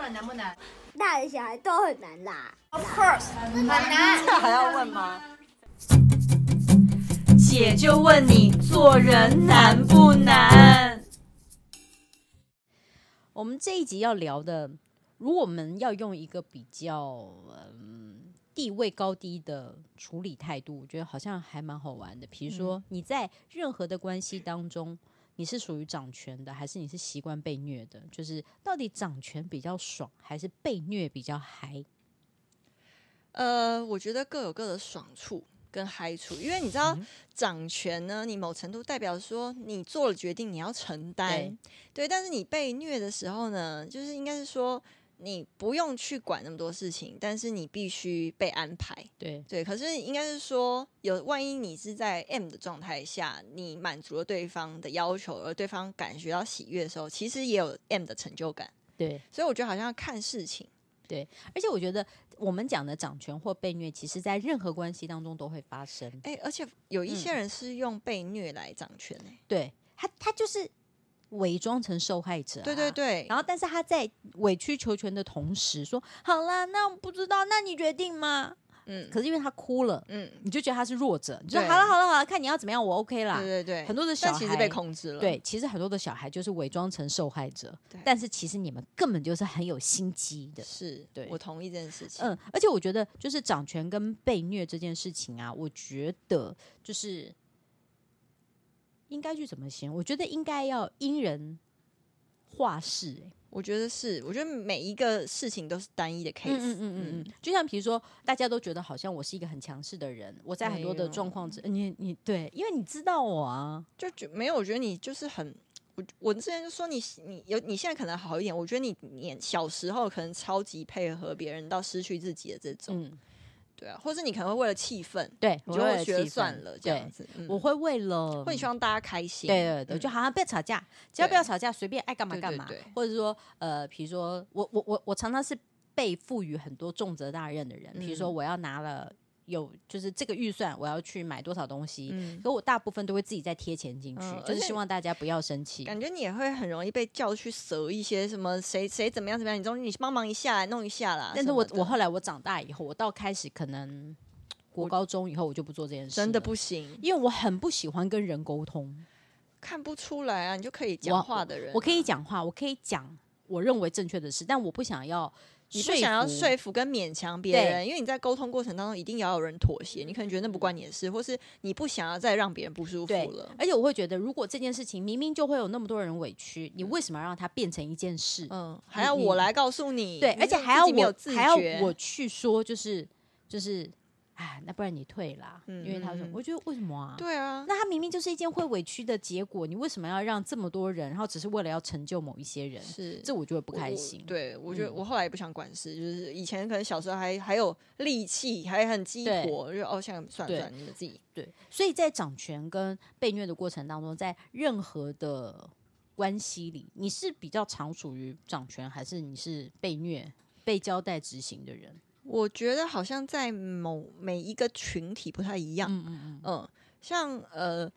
了，难不难大人小孩都很难啦。 ？Of course，很难。这还要问吗？姐就问你做人难不难？我们这一集要聊的，如果我们要用一个比较嗯地位高低的处理态度，我觉得好像还蛮好玩的。比如说，你在任何的关系当中，你是属于掌权的，还是你是习惯被虐的？就是到底掌权比较爽，还是被虐比较嗨？呃，我觉得各有各的爽处跟嗨处，因为你知道掌权呢，你某程度代表说你做了决定，你要承担，对对。但是你被虐的时候呢，就是应该是说你不用去管那么多事情，但是你必须被安排，对，对。可是应该是说，有万一你是在 M 的状态下，你满足了对方的要求，而对方感觉到喜悦的时候，其实也有 M 的成就感。对。所以我觉得好像要看事情。而且我觉得我们讲的掌权或被虐，其实在任何关系当中都会发生。哎、而且有一些嗯人是用被虐来掌权、欸，对他，他就是伪装成受害者、啊对对。对，然后，但是他在委曲求全的同时说：“好啦，那我不知道，那你决定吗？”嗯可是因为他哭了，嗯，你就觉得他是弱者，你就说：“对好了，好了，好了，看你要怎么样，我 OK 啦。对对对，很多的小但孩其实被控制了，对，其实很多的小孩就是伪装成受害者对，但是其实你们根本就是很有心机的。是，对我同意这件事情，嗯，而且我觉得就是掌权跟被虐这件事情啊，我觉得就是应该去怎么形容？我觉得应该要因人化事、欸我觉得是，我觉得每一个事情都是单一的 case，嗯嗯嗯嗯嗯，就像比如说，大家都觉得好像我是一个很强势的人，我在很多没的有嗯状况之，你你对，因为你知道我啊，就觉没有，我觉得你就是很。我我之前就说你你有你现在可能好一点，我觉得你年小时候可能超级配合别人到失去自己的这种，嗯，对啊，或是你可能会为了气氛，对，你我就为会了觉得气算氛了这对样子，嗯我会为了，会希望大家开心，对对对，嗯就好像不要吵架，只要不对要吵架，随便爱干嘛对干对嘛对，或者说呃，比如说我我我我常常是被赋予很多重责大任的人，比如说嗯我要拿了有就是这个预算，我要去买多少东西。嗯，可我大部分都会自己再贴钱进去嗯，就而是且啊希望大家不要生气。感觉你也会很容易被叫去折一些什么谁谁怎么样怎么样，你终于你帮忙一下弄一下啦。但是什么我的我后来我长大以后，我到开始可能国高中以后，我就不做这件事，真的，不行，因为我很不喜欢跟人沟通。看不出来啊，你就可以讲话的人啊、我可以讲话，我可以讲我认为正确的事，但我不想要你说不服，想要说服跟勉强别对人，因为你在沟通过程当中一定要有人妥协，你可能觉得那不关你的事，或是你不想要再让别人不舒服对了。而且我会觉得，如果这件事情明明就会有那么多人委屈，你为什么要让它变成一件事？嗯，还要我来告诉你，对，你而且怎么还自要己没有我自还要觉我去说，就是就是，哎，那不然你退啦，嗯因为他说嗯嗯，我觉得为什么啊？对 啊，那他明明就是一件会委屈的结果，你为什么要让这么多人，然后只是为了要成就某一些人？是这我就会不我开我心。对，我觉得嗯我后来也不想管事，就是以前可能小时候还还有力气，还很激对活，就哦，想算了对算了，你们自己。对所以在掌权跟被虐的过程当中，在任何的关系里，你是比较常属于掌权，还是你是被虐、被交代执行的人？我觉得好像在某每一个群体不太一样，嗯嗯嗯，嗯，像呃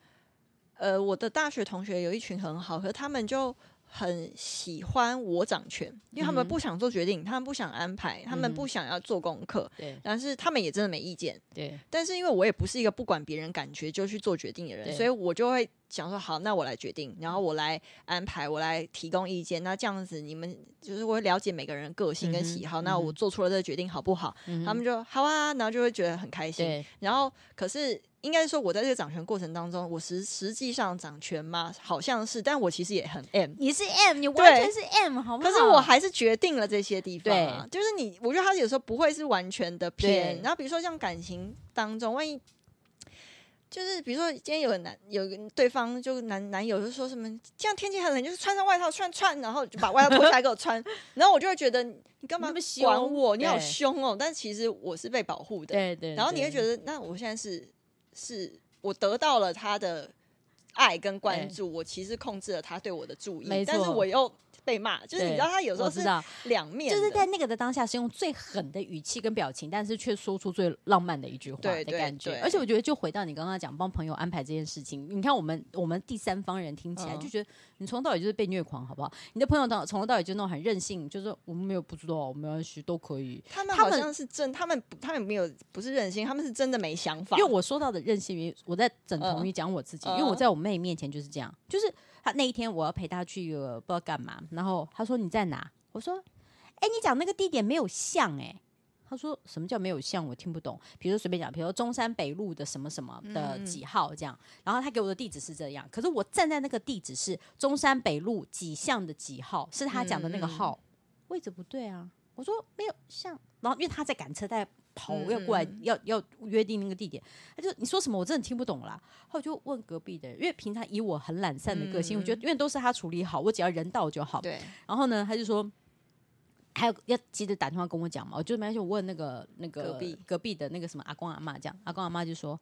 呃，我的大学同学有一群很好，可是他们就很喜欢我掌权，因为他嗯们哼不想做决定，他们不想安排，他们嗯不想要做功课，对但是他们也真的没意见。对但是因为我也不是一个不管别人感觉就去做决定的人，对所以我就会想说，好，那我来决定，然后我来安排，我来提供意见。那这样子，你们就是我会了解每个人的个性跟嗯哼喜好，嗯那哼我做出了这个决定好不好？嗯哼他们就好啊，然后就会觉得很开心。对然后，可是应该说，我在这个掌权过程当中，我实实际上掌权吗？好像是，但我其实也很 M。你是 M，你完对全是 M，好不好？可是我还是决定了这些地方、啊，就是你，我觉得他有时候不会是完全的偏对。然后比如说像感情当中，万一就是比如说今天有个男有个对方就男男友就说什么，这样天气很冷，就是穿上外套穿穿，然后就把外套脱下来给我穿，然后我就会觉得你干嘛那么凶管我，你好对凶哦。但其实我是被保护的，对对，然后你对会觉得，那我现在是是我得到了他的爱跟关对注，我其实控制了他对我的注没意，但是错我又被骂，就是你对知道他有时我候知是道两面的，就是在那个的当下，是用最狠的语气跟表情，但是却说出最浪漫的一句话对的对感觉对。而且我觉得，就回到你刚刚讲帮朋友安排这件事情，你看我们我们第三方人听起来嗯就觉得，你从头到尾就是被虐狂，好不好？你的朋友到从头到尾就那种很任性，就是说我们没有不知道，我们没关系，都可以。他们他好们像是真，他们不他们没有不是任性，他们是真的没想法。因为我说到的任性原因，我在等同于讲我自己，嗯因为我在我妹面前就是这样，就是她那一天我要陪她去一个不知道干嘛，然后她说你在哪？我说，哎、你讲那个地点没有像哎、她说什么叫没有像？我听不懂。比如说随便讲，比如说中山北路的什么什么的嗯嗯几号这样，然后她给我的地址是这样，可是我站在那个地址是中山北路几巷的几号，是她讲的那个嗯嗯号，位置不对啊。我说没有像，然后因为他在赶车，在跑嗯要过来嗯，要要约定那个地点，他就你说什么我真的听不懂啦。后来就问隔壁的人，因为平常以我很懒散的个性，嗯我觉得因为都是他处理好，我只要人到就好。对，然后呢，他就说。还有要急着打电话跟我讲嘛，我就没关系，我问那个那个隔壁隔壁的那个什么阿公阿妈，这样阿公阿妈就说：“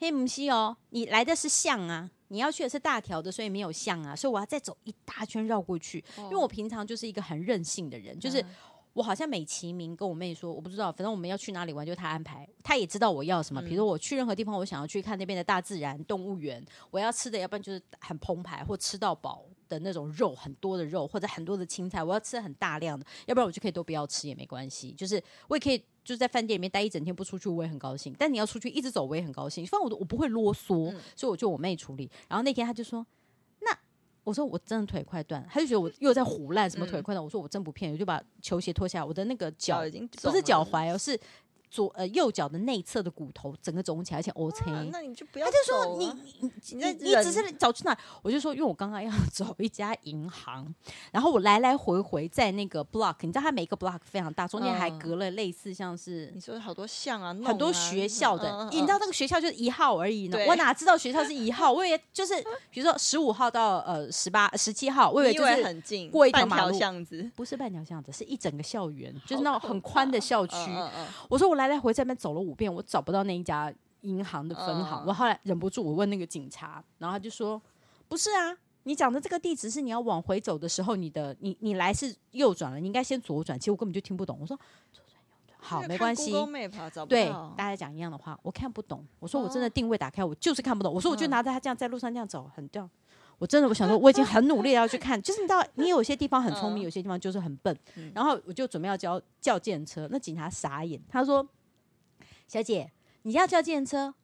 嘿，母西哦，你来的是巷啊，你要去的是大条的，所以没有巷啊，所以我要再走一大圈绕过去，哦因为我平常就是一个很任性的人，嗯就是我好像美其名跟我妹说，我不知道，反正我们要去哪里玩就她安排，她也知道我要什么。嗯比如说我去任何地方，我想要去看那边的大自然、动物园，我要吃的，要不然就是很澎湃或吃到饱的那种肉，很多的肉或者很多的青菜，我要吃很大量的，要不然我就可以都不要吃也没关系，就是我也可以。就是在饭店里面待一整天不出去，我也很高兴。但你要出去一直走，我也很高兴。反正我都我不会啰嗦，嗯所以我就我妹处理。然后那天她就说：“我说我真的腿快断了，他就觉得我又在胡乱什么腿快断，我说我真不骗你，我就把球鞋脱下来，我的那个脚脚已经不肿是了脚踝哦，是左呃右脚的内侧的骨头整个肿起来，而且 O 青、啊那你就不要他走就啊。说你你你你在你只忍是找去哪？我就说，因为我刚刚要 找一家银行，然后我来来回回在那个 block，你知道它每一个 block 非常大，中间还嗯隔了类似像是你说好多像啊，弄很多啊学校的，嗯嗯你知嗯道那个学校就是一号而已呢，对我哪知道学校是一号？我以为就是比如说十五号到呃十八十七号，我以为你以就为是很近，过一条半马条路巷子，不是半条巷子，是一整个校园，就是好那种可很宽的怕校区。嗯嗯嗯我说我来来回在那边走了五遍，我找不到那一家银行的分行。嗯我后来忍不住，我问那个警察，然后他就说：“不是啊，你讲的这个地址是你要往回走的时候，你的你你来是右转了，你应该先左转。”其实我根本就听不懂。我说：“左转右转，好，那没看关系。 Google Map 啊找不对到，大家讲一样的话，我看不懂。我说我真的哦定位打开，我就是看不懂。我说我就嗯拿着它这样在路上这样走，很掉。我真的我想说，我已经很努力地要去看， 就是你知道，你有些地方很聪明，嗯有些地方就是很笨嗯。然后我就准备要叫叫电车，那警察傻眼，他说：“小姐，你要叫电车？”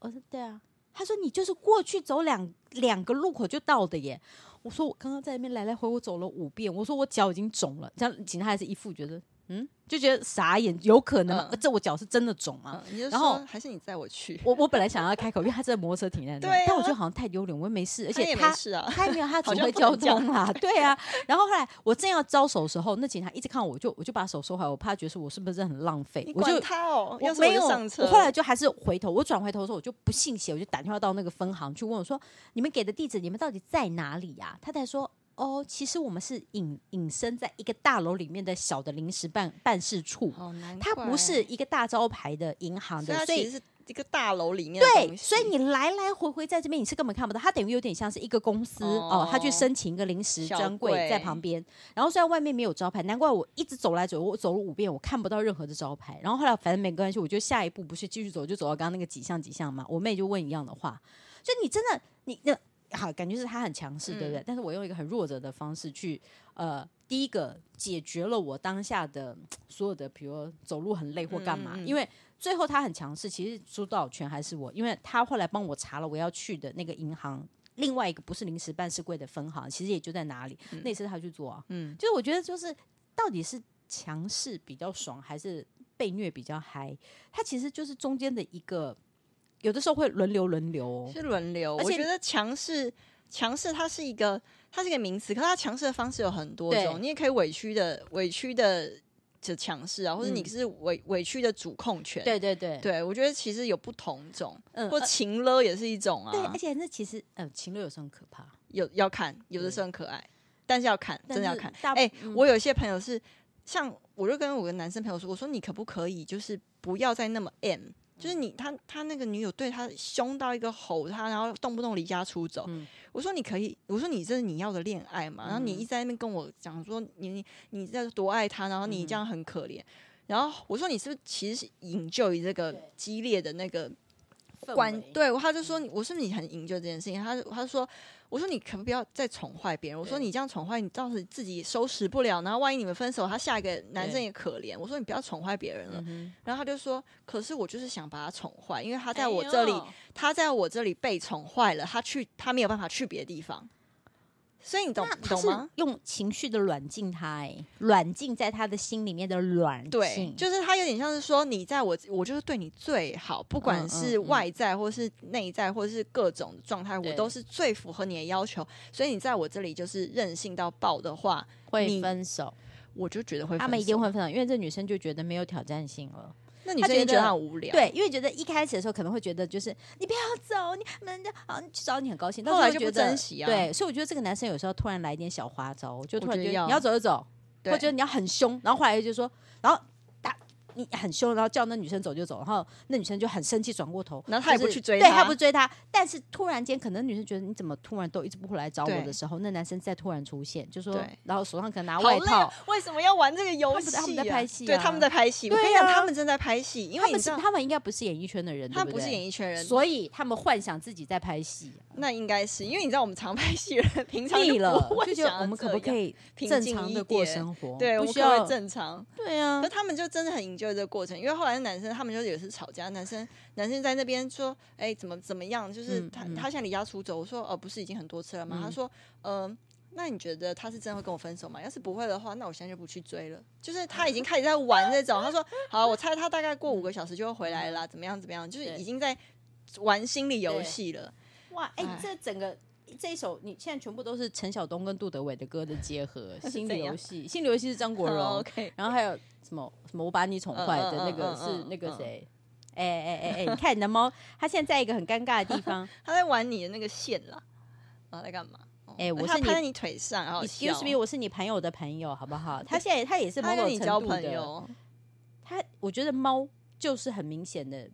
我说：“对啊。”他说：“你就是过去走两两个路口就到的耶。”我说：“我刚刚在那边来来回回走了五遍，我说我脚已经肿了。”这样警察还是一副觉得嗯，就觉得傻眼，有可能吗？嗯这我脚是真的肿吗？嗯，你就然后说还是你载我去，我我本来想要开口，因为他真的摩托车停在那，嗯对啊但我觉得好像太丢脸，我又没事，而他且也他没事啊，他也没有 他指好像挥不交能讲通啦，对啊。然后后来我正要招手的时候，那警察一直看我，我就我就把手收回来，我怕觉得是我是不是很浪费你，我就管他哦，我要是没我有，就上车。我后来就还是回头，我转回头的时候，我就不信邪，我就打电话到那个分行去问我说：“你们给的地址，你们到底在哪里呀、他才说：“哦，其实我们是隐隐身在一个大楼里面的小的临时办办事处，好难它怪，哦不是一个大招牌的银行的，所以它所其以实是一个大楼里面的对，东西所以你来来回回在这边，你是根本看不到。它等于有点像是一个公司哦哦，他、去申请一个临时小专柜柜在旁边，然后虽然外面没有招牌，难怪我一直走来走，去，我走了五遍，我看不到任何的招牌。然后后来反正没关系，我就下一步不是继续走，就走到刚刚那个几巷几巷嘛。我妹就问一样的话，就你真的你那好，感觉是她很强势，嗯对不对？但是我用一个很弱者的方式去呃。第一个解决了我当下的所有的，比如说走路很累或干嘛，嗯嗯嗯因为最后他很强势，其实主导权还是我，因为他后来帮我查了我要去的那个银行，另外一个不是临时办事柜的分行，其实也就在哪里，那也是他去做啊。嗯就是我觉得就是到底是强势比较爽，还是被虐比较嗨？他其实就是中间的一个，有的时候会轮流轮流哦。是轮流。而我且觉得强势，强势它是一个，它是一个名词，可是它强势的方式有很多对种。你也可以委屈的，委屈的就强势啊，或者嗯你是委、委屈的主控权。对对对，对，我觉得其实有不同种，嗯，或呃情勒也是一种对，啊而。且那其实，嗯，情乐有时候很可怕，有要看，有的时候很可爱，但是要看，真但的要是看。大哎、嗯我有一些朋友是，像我就跟我的男生朋友说，我说你可不可以就是不要再那么 M，就是嗯你他他那个女友对他凶到一个吼他，然后动不动离家出走。嗯我说你可以，我说你这是你要的恋爱嘛？然后你一直在那边跟我讲说你你你在多爱他，然后嗯你这样很可怜。然后我说你是不是其实是引咎于这个激烈的那个氛关围嗯对，他就说你我是不是你很营救这件事情？他就他就说我说你可不不要再宠坏别人。我说你这样宠坏，你到时自己收拾不了，然后万一你们分手，他下一个男生对也可怜。我说你不要宠坏别人了。嗯哼然后他就说，可是我就是想把他宠坏，因为他他在哎我这里，他在我这里被宠坏了，他去他没有办法去别的地方。所以你懂那你他懂是吗？用情绪的软禁他、哎，软禁在他的心里面的软禁，对，就是他有点像是说，你在我，我就是对你最好，不管嗯是嗯外在或是内在，或是各种状态，我对都是最符合你的要求。所以你在我这里就是任性到爆的话，会你分手，我就觉得会他们分一定手会。分手，因为这女生就觉得没有挑战性了。那你他最觉近觉得得他很无聊？，对，因为觉得一开始的时候可能会觉得就是你不要走，你们就好像去找你很高兴，但后是来会就觉不得珍惜啊对，所以我觉得这个男生有时候突然来一点小花招，我就突我然觉觉得得要你要走就走，对或者你要很凶，然后后来就说，然后打你很凶，然后叫那女生走就走，然后那女生就很生气转过头，然后他也就不是去追对他他不追他，但是突然间可能女生觉得你怎么突然都一直不回来找我对的时候，那男生再突然出现，就说对，然后手上可能拿好外累套啊，，为什么要玩这个游们戏在啊？他们在拍戏对，啊他们在拍 戏。我对跟你讲，啊他们正在拍戏，因为他你们知是道，他们应该不是演艺圈的人，他对不是演艺。艺圈人，所以他们幻想自己在拍戏，那应该是因为你知道，我们常拍戏人平常腻了不，会就觉想得我们可不可以以平正静常一的过点生活？对，我不们需可不可要以正常？对可啊是，他们就真的很 enjoy 这个过程，因为后来男生他们就也是吵架，男生男生在那边说，哎、怎么怎么样？就是嗯他、嗯他现在离家出走，我说，哦、不是已经很多次了吗？嗯他说，嗯、那你觉得他是真的会跟我分手吗？要是不会的话，那我现在就不去追了。就是他已经开始在玩这种，他说，好，我猜他大概过五个小时就会回来啦，怎么样怎么样？就是对已经在玩心理游戏了。哇，哎哎，这整个这一首你现在全部都是陈晓东跟杜德伟的歌的结合，《心怎理游样戏》，《心理游戏》是张国荣， OK，然后还有什么什么我把你宠坏的嗯嗯那个嗯嗯是那个嗯谁？哎哎哎哎，你看你的猫，它现在在一个很尴尬的地方。他在玩你的那个线啦，啊，在干嘛？哦哎我他是拍你在你腿上，然后 Excuse me，我是你朋友的朋友，好不好？它现在它也是某哦他跟种你交程度朋的。友。它，我觉得猫就是很明显的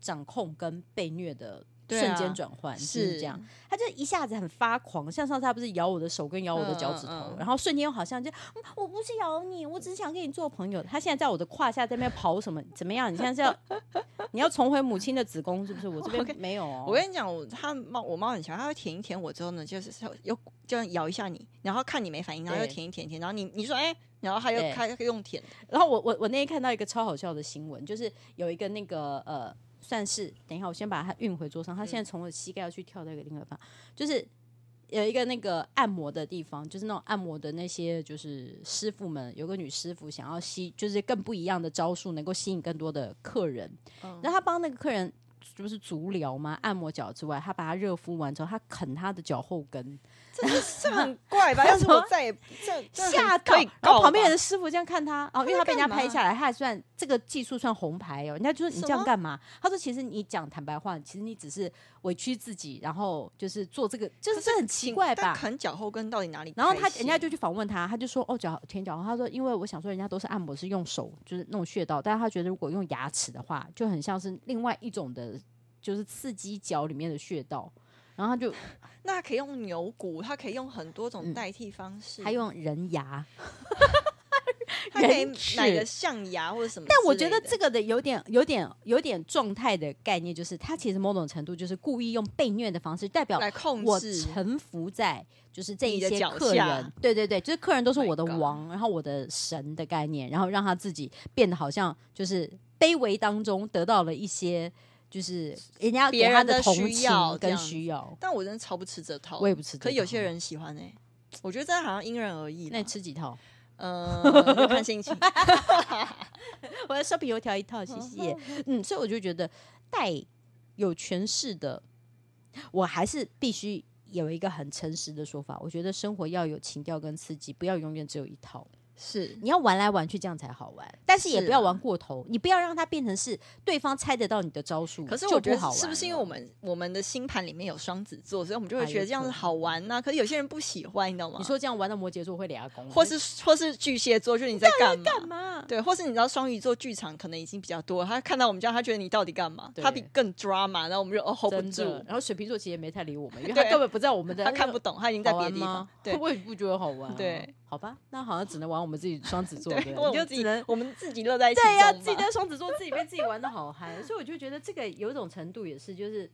掌控跟被虐的对啊瞬间转换，就是这样。它就一下子很发狂，像上次它不是咬我的手跟咬我的脚趾头，嗯嗯嗯然后瞬间又好像就、嗯我不是咬你，我只是想跟你做朋友。它现在在我的胯下在那边刨什么？怎么样？你现在是要 你要重回母亲的子宫是不是？我这边没有哦。我跟你讲，我它猫我猫很喜欢，它会舔一舔我之后呢，就是稍微又就咬一下你，然后看你没反应，然后又对舔一舔舔，然后你你说哎、然后它又对开始用舔的，然后我我我那天看到一个超好笑的新闻，就是有一个那个呃，算是等一下我先把它运回桌上，它现在从我膝盖要去跳到一个另外一个地方，就是有一个那个按摩的地方，就是那种按摩的那些就是师傅们，有个女师傅想要吸，就是更不一样的招数，能够吸引更多的客人，嗯然后他帮那个客人。就是足疗嘛，按摩脚之外，他把他热敷完之后，他啃他的脚后跟，这很怪吧？要是我什么再也这这吓很到可以，然后告旁边吧的师傅这样看他，哦，因为他被人家拍下来，他还算这个技术算红牌哦。人家就说你什这样么干嘛？他说其实你讲坦白话，其实你只是委屈自己，然后就是做这个，就是这很奇挺怪但吧？啃脚后跟到底哪里开然心？后他人家就去访问他，他就说哦脚舔脚，他说因为我想说人家都是按摩是用手就是弄穴道，但是他觉得如果用牙齿的话，就很像是另外一种的，就是刺激脚里面的穴道。然后他就那它可以用牛骨，它可以用很多种代替方式，还用人牙，它可以人齿买个象牙或者什么之类的。但我觉得这个的有点、有点、有点状态的概念，就是他其实某种程度就是故意用被虐的方式，代表来控我制，臣服在就是这一你的些脚客下人，对对对，就是客人都是 My 我的 God 王然后我的神的概念，然后让他自己变得好像就是卑微当中得到了一些，就是人家给别他人的同需情要这跟样需要。但我真的超不吃这套我。也不吃这套，可有些人喜欢哎、我觉得真的好像因人而异啦。那你吃几套？呃，就看 心情。我要烧饼油条一套，谢谢。哦嗯，所以我就觉得带有权势的，我还是必须有一个很诚实的说法。我觉得生活要有情调跟刺激，不要永远只有一套。是你要玩来玩去，这样才好玩。但是也是不要啊玩过头，你不要让它变成是对方猜得到你的招数，可是就我觉不好得玩是不是因为了我们我们的星盘里面有双子座，所以我们就会啊觉得有这样子可能好玩呐、可是有些人不喜欢，你知道吗？你说这样玩到摩羯座会俩公，或是或是巨蟹座，就是你在干嘛？干嘛？对，或是你知道双鱼座剧场可能已经比较多，他看到我们这样，他觉得你到底干嘛？他比对更 drama，然后我们就哦 hold 不真的住，，然后水瓶座其实也没太理我们，因 为他对根本不在我们的，他看不懂，他已经在好别的玩地方吗。？对， 我也不觉得好玩、啊。 对，好吧，那好像啊只能玩我们自己双子 座的，对，你我就们自己我们自己乐在其对呀、中自己吧。在双子座自己被自己玩的好嗨，所以我就觉得这个有一种程度也是，就是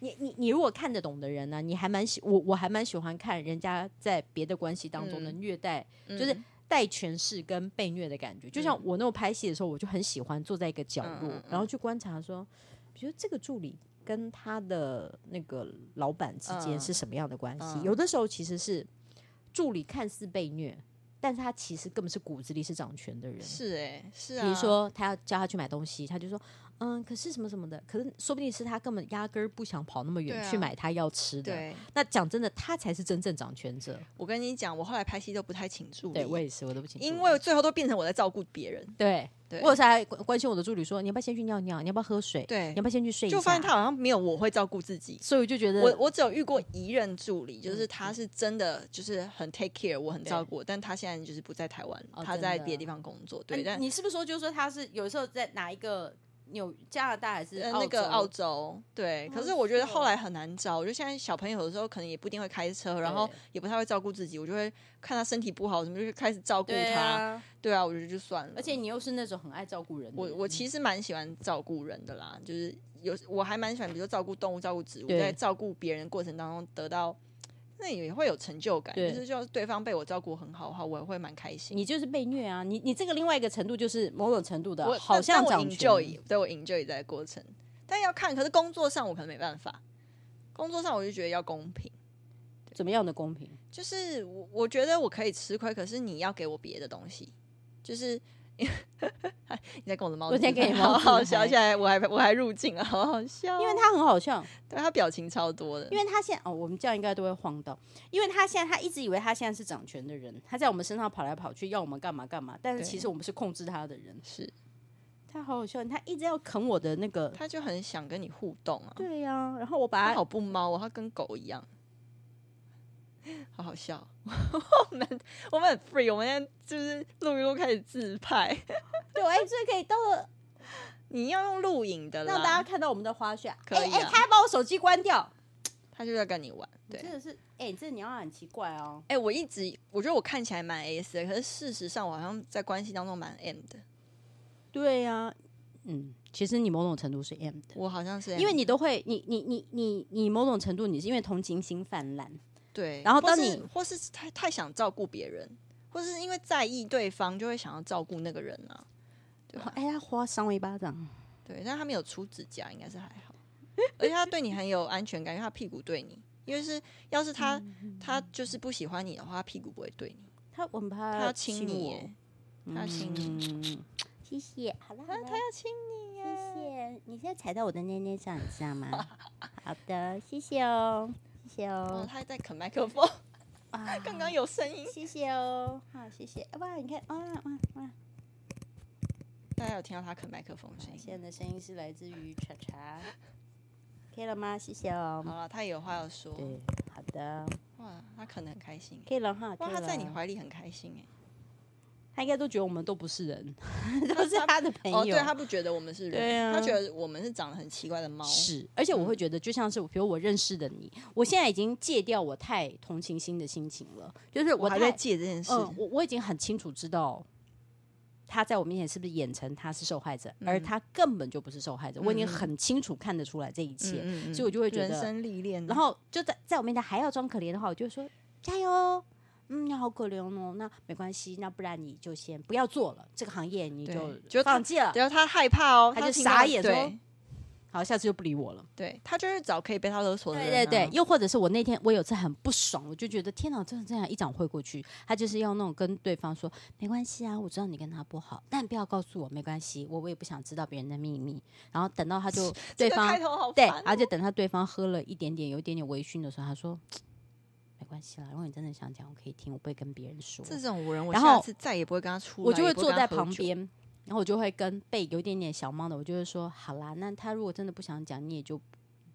你你你如果看得懂的人呢、啊你还蛮喜我我还蛮喜欢看人家在别的关系当中的嗯虐待，嗯就是带权势跟被虐的感觉。就像嗯我那种拍戏的时候，我就很喜欢坐在一个角落，嗯嗯嗯然后去观察说，比如这个助理跟他的那个老板之间嗯是什么样的关系？嗯有的时候其实是助理看似被虐，但是他其实根本是骨子里是掌权的人。是哎，是啊，比如说他要叫他去买东西，他就说，嗯，可是什么什么的，可是说不定是他根本压根儿不想跑那么远对啊去买他要吃的。对，那讲真的，他才是真正掌权者。我跟你讲，我后来拍戏都不太请助理，对我也是，我嗯都不清楚。因为最后都变成我在照顾别人，对，对，我有时候还关关心我的助理说，你要不要先去尿尿？你要不要喝水？对你要不要先去睡一下？就发现他，好像没有我会照顾自己。所以我就觉得我我只有遇过一任助理，就是嗯他是真的就是很 take care，我很照顾我，但他现在就是不在台湾，哦他在真的别的地方工作，那对，但啊哎你是不是说就是说他是有时候在哪一个纽加拿大还是呃，那个澳澳洲洲，对。可哦是我觉得是后哦来很难找，就现在小朋友有的时候可能也不一定会开车，然后对也不太会照顾自己，我就会看他身体不好什么，就开始照顾对他。啊，对啊，我觉得就算了。而且你又是那种很爱照顾人的我嗯人我其实蛮喜欢照顾人的啦，就是有我还蛮喜欢，比如说照顾动物、照顾植物，对在照顾别人的过程当中得到。那也会有成就感，就对是就是对方被我照顾很好的话，我也会蛮开心。你就是被虐啊！你你这个另外一个程度就是某种程度的我，好像但但掌我权。 enjoy，对我 enjoy 在过程，但要看。可是工作上我可能没办法，工作上我就觉得要公平，怎么样的公平？就是我我觉得我可以吃亏，可是你要给我别的东西，就是 你在跟我的猫自我在拍，跟你猫好自好笑，拍现在我还我还入镜了，好好笑哦，因为他很好笑，对他表情超多的，因为他现在哦，我们这样应该都会晃到，因为他现在他一直以为他现在是掌权的人，他在我们身上跑来跑去，要我们干嘛干嘛，但是对其实我们是控制他的人。是他好好笑，他一直要啃我的那个。他就很想跟你互动啊，对啊呀、然后我把他他好不猫哦，他跟狗一样。 好好笑，哦 我们我们很 free，我们现在就是录一录开始自拍， 对，哎，这可以到了你要用录影的啦，让大家看到我们的花絮啊。可哎以哎，啊他还把我手机关掉，他就在跟你玩。对，真的是，哎，这你要很奇怪哦。哎、我一直我觉得我看起来蛮 S 的，可是事实上我好像在关系当中蛮 M 的，对呀、嗯，其实你某种程度是 M 的，我好像是 M 的，因为你都会，你你你你你某种程度你是因为同情心泛滥，对，然后或当是你或是太太想照顾别人，或是因为在意对方就会想要照顾那个人啊，对啊哎、他花赏我一巴掌，对，但他没有出指甲，应该是还好，而且他对你很有安全感，因为他屁股对你，因为是要是嗯他他就是不喜欢你的话，他屁股不会对你，他我们怕他要亲你我耶，他要亲你，嗯，谢谢，好了好了，他要亲你耶，谢谢。你现在踩到我的捏捏上，你知道 吗？好的，谢谢哦，谢谢哦，哦，他还在啃麦 克风，啊，刚刚有声音，谢谢哦，好谢谢。啊哇，你看，哇哇哇，大家有听到他啃麦克风的声音？现在的声音是来自于查查，可以了吗？谢谢哦，好了，他也有话要说。对，好的，哇，他可能很开心。欸可以了哈，哇，可以他在你啊了怀里很开心哎。他应该都觉得我们都不是 人，都是他的朋友，哦，对他不觉得我们是人，对啊他觉得我们是长得很奇怪的猫。嗯是，而且我会觉得，就像是比如我认识的你，我现在已经戒掉我太同情心的心情了，就是我还太在借这件事。嗯，我我已经很清楚知道他在我面前是不是演成他是受害者，而嗯他根本就不是受害者，我已经嗯嗯很清楚看得出来这一切，嗯所以我就会觉人得，生历练。然后就在在我面前还要装可怜的话，我就说加油。嗯，你好可怜哦。那没关系，那不然你就先不要做了，这个行业你对就就他放弃了只。要他害怕哦，他就听到傻眼对说好，下次就不理我了。对，他就是找可以被他勒索的人、啊对对对，，又或者是我那天我有次很不爽，我就觉得天哪，真的这样一掌挥过去，他就是要那种跟对方说没关系啊，我知道你跟他不好，但不要告诉我，没关系，我我也不想知道别人的秘密。然后等到他就对 这个方开头好对，啊烦哦然后就等他对方喝了一点点，有一点点微醺的时候，他说没关系啦，如果你真的想讲，我可以听，我不会跟别人说。这种人，我然后下次再也不会跟他出来，我就会也不坐跟在他喝旁酒。边，然后我就会跟被有一点点小猫的，我就会说好啦，那他如果真的不想讲，你也就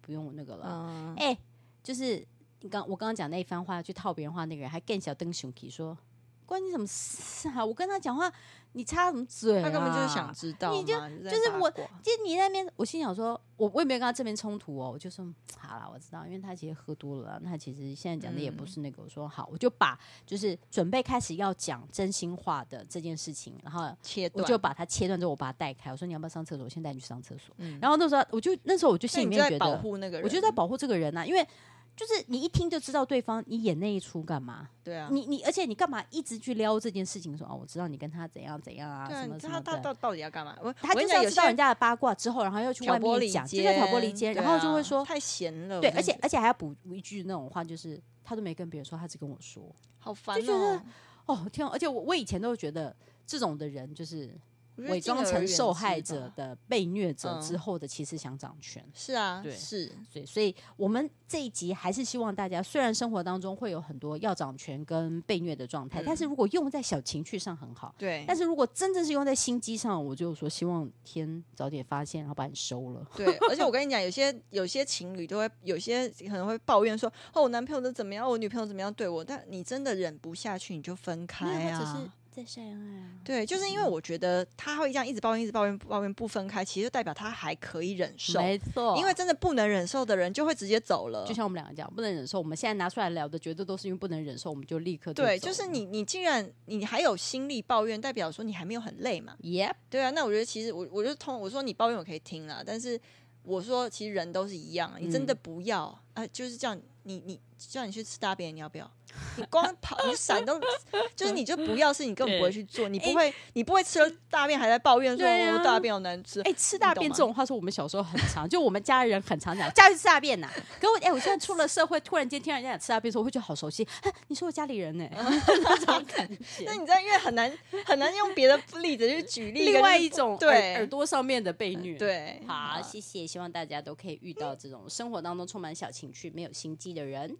不用那个了。嗯，哎哎、就是你刚我刚刚讲那一番话去套别人话那个人，还更小灯熊皮说，关你什么事啊？我跟他讲话，你插什么嘴、啊？他根本就是想知道嘛，你就在就是八我卦就你那边，我心想说，我我也没有跟他正面冲突哦，我就说嗯好啦，我知道，因为他其实喝多了啊，那他其实现在讲的也不嗯是那个。我说好，我就把就是准备开始要讲真心话的这件事情，然后切我断，就把他切断之后，我把他带开，我说你要不要上厕所？我先带你去上厕所。嗯然后那时候我就那时候我就那心里你面就觉在得保护那个人，我就在保护这个人呐、啊因为就是你一听就知道对方，你演那一出干嘛？对啊，你你，而且你干嘛一直去撩这件事情说哦，我知道你跟他怎样怎样啊，对啊，什么你知什道么他的。到到底要干嘛？我他我就是跟你讲要有知道些人家的八卦之后，然后又去挑外拨面离讲，就在挑拨离间，间，然后就对啊会说，太闲了，对，我而真的且觉得而且还要补一句那种话，就是他都没跟别人说，他只跟我说，好烦哦，就觉得哦天啊，而且我我以前都觉得这种的人就是我觉得伪敬装而成远受之害吧者的被虐者嗯之后的，其实想掌权。是啊，对是所以，所以我们这一集还是希望大家，虽然生活当中会有很多要掌权跟被虐的状态，嗯但是如果用在小情绪上很好，对，但是如果真正是用在心机上，我就说希望天早点发现，然后把你收了。 对，而且我跟你讲，有些有些情侣都会，有些可能会抱怨说，哦，我男朋友都怎么样，我女朋友怎么样对我，但你真的忍不下去，你就分没开有，他只是啊。在晒恩爱啊。对，就是因为我觉得他会这样一直抱怨，一直抱怨，抱怨不分开，其实就代表他还可以忍受，错因为真的不能忍受的人就会直接走了就。像我们两个讲，不能忍受，我们现在拿出来聊的，绝对都是因为不能忍受，我们就立刻对，走就了是。你，你竟然你还有心力抱怨，代表说你还没有很累嘛？ Yep，对啊，那我觉得其实我我就通我说你抱怨我可以听啦，但是我说其实人都是一样，你真的不要啊、就是这样，你你叫你去吃大便，你要不要？你光跑你闪都就是你就不要，是你根本不会去做，你不会、你不会吃了大便还在抱怨说、哎对啊我大便好难吃，哎、吃大便你这懂吗种话是我们小时候很常，就我们家人很常讲，家去吃大便呐、可我哎、我现在出了社会，突然间听人家讲吃大便的时候，我会觉得好熟悉。啊你说我家里 人呢、那种感觉。那你知道，因为很难很难用别的例子去举例， 另外就是一种耳对嗯耳朵上面的被虐。，对好，谢谢，希望大家都可以遇到这种生活当中充满小情趣、没有心机的人。